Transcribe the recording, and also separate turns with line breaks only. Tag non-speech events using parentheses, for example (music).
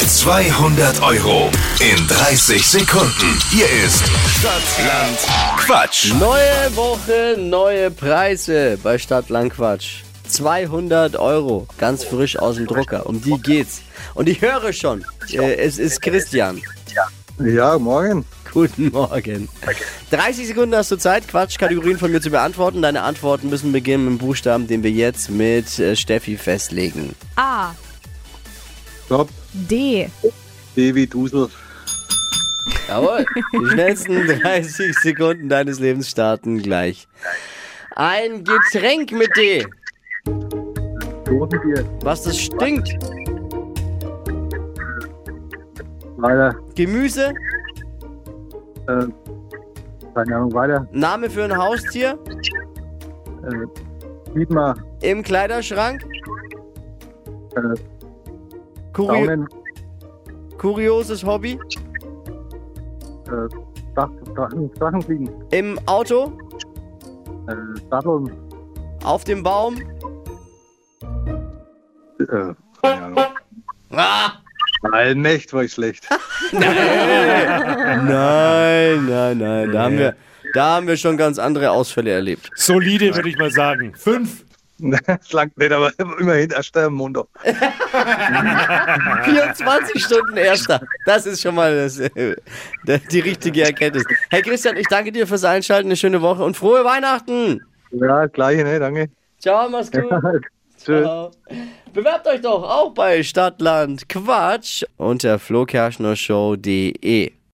200 Euro in 30 Sekunden. Hier ist Stadtland Quatsch.
Neue Woche, neue Preise bei Stadtlandquatsch. 200 Euro, ganz frisch aus dem Drucker. Um die geht's. Und ich höre schon, äh, es ist Christian.
Ja, morgen.
Guten Morgen. 30 Sekunden hast du Zeit, Quatschkategorien von mir zu beantworten. Deine Antworten müssen beginnen mit dem Buchstaben, den wir jetzt mit äh, Steffi festlegen.
A.
Stopp.
D.
Baby Dusel.
Jawohl. Die schnellsten 30 Sekunden deines Lebens starten gleich. Ein Getränk mit D,
Dosenbier.
was das stinkt.
Weiter.
Gemüse,
Äh, keine Ahnung, weiter.
Name für ein Haustier,
Äh, Dietmar.
im Kleiderschrank,
Äh,
Kurio
Daumen.
kurioses Hobby,
Äh, Dach, Drachen, Drachenfliegen.
im Auto,
Äh, Satteln.
auf dem Baum.
Äh, keine Ahnung.
Ah!
Allmächt war ich schlecht. (laughs)
Nein, nein, nein, da haben wir, da haben wir schon ganz andere Ausfälle erlebt.
Solide, würde ich mal sagen. Fünf.
das langt nicht, aber (laughs) immerhin erster im Mund.
24 Stunden Erster. Das ist schon mal das, äh, (laughs) der- die richtige Erkenntnis. Hey Christian, ich danke dir fürs Einschalten. Eine schöne Woche und frohe Weihnachten.
Ja, gleiche, ne? Danke.
Ciao, mach's gut.
(laughs) Tschüss.
Ciao. Bewerbt euch doch auch bei Stadtland Quatsch unter flokerschnershow.de.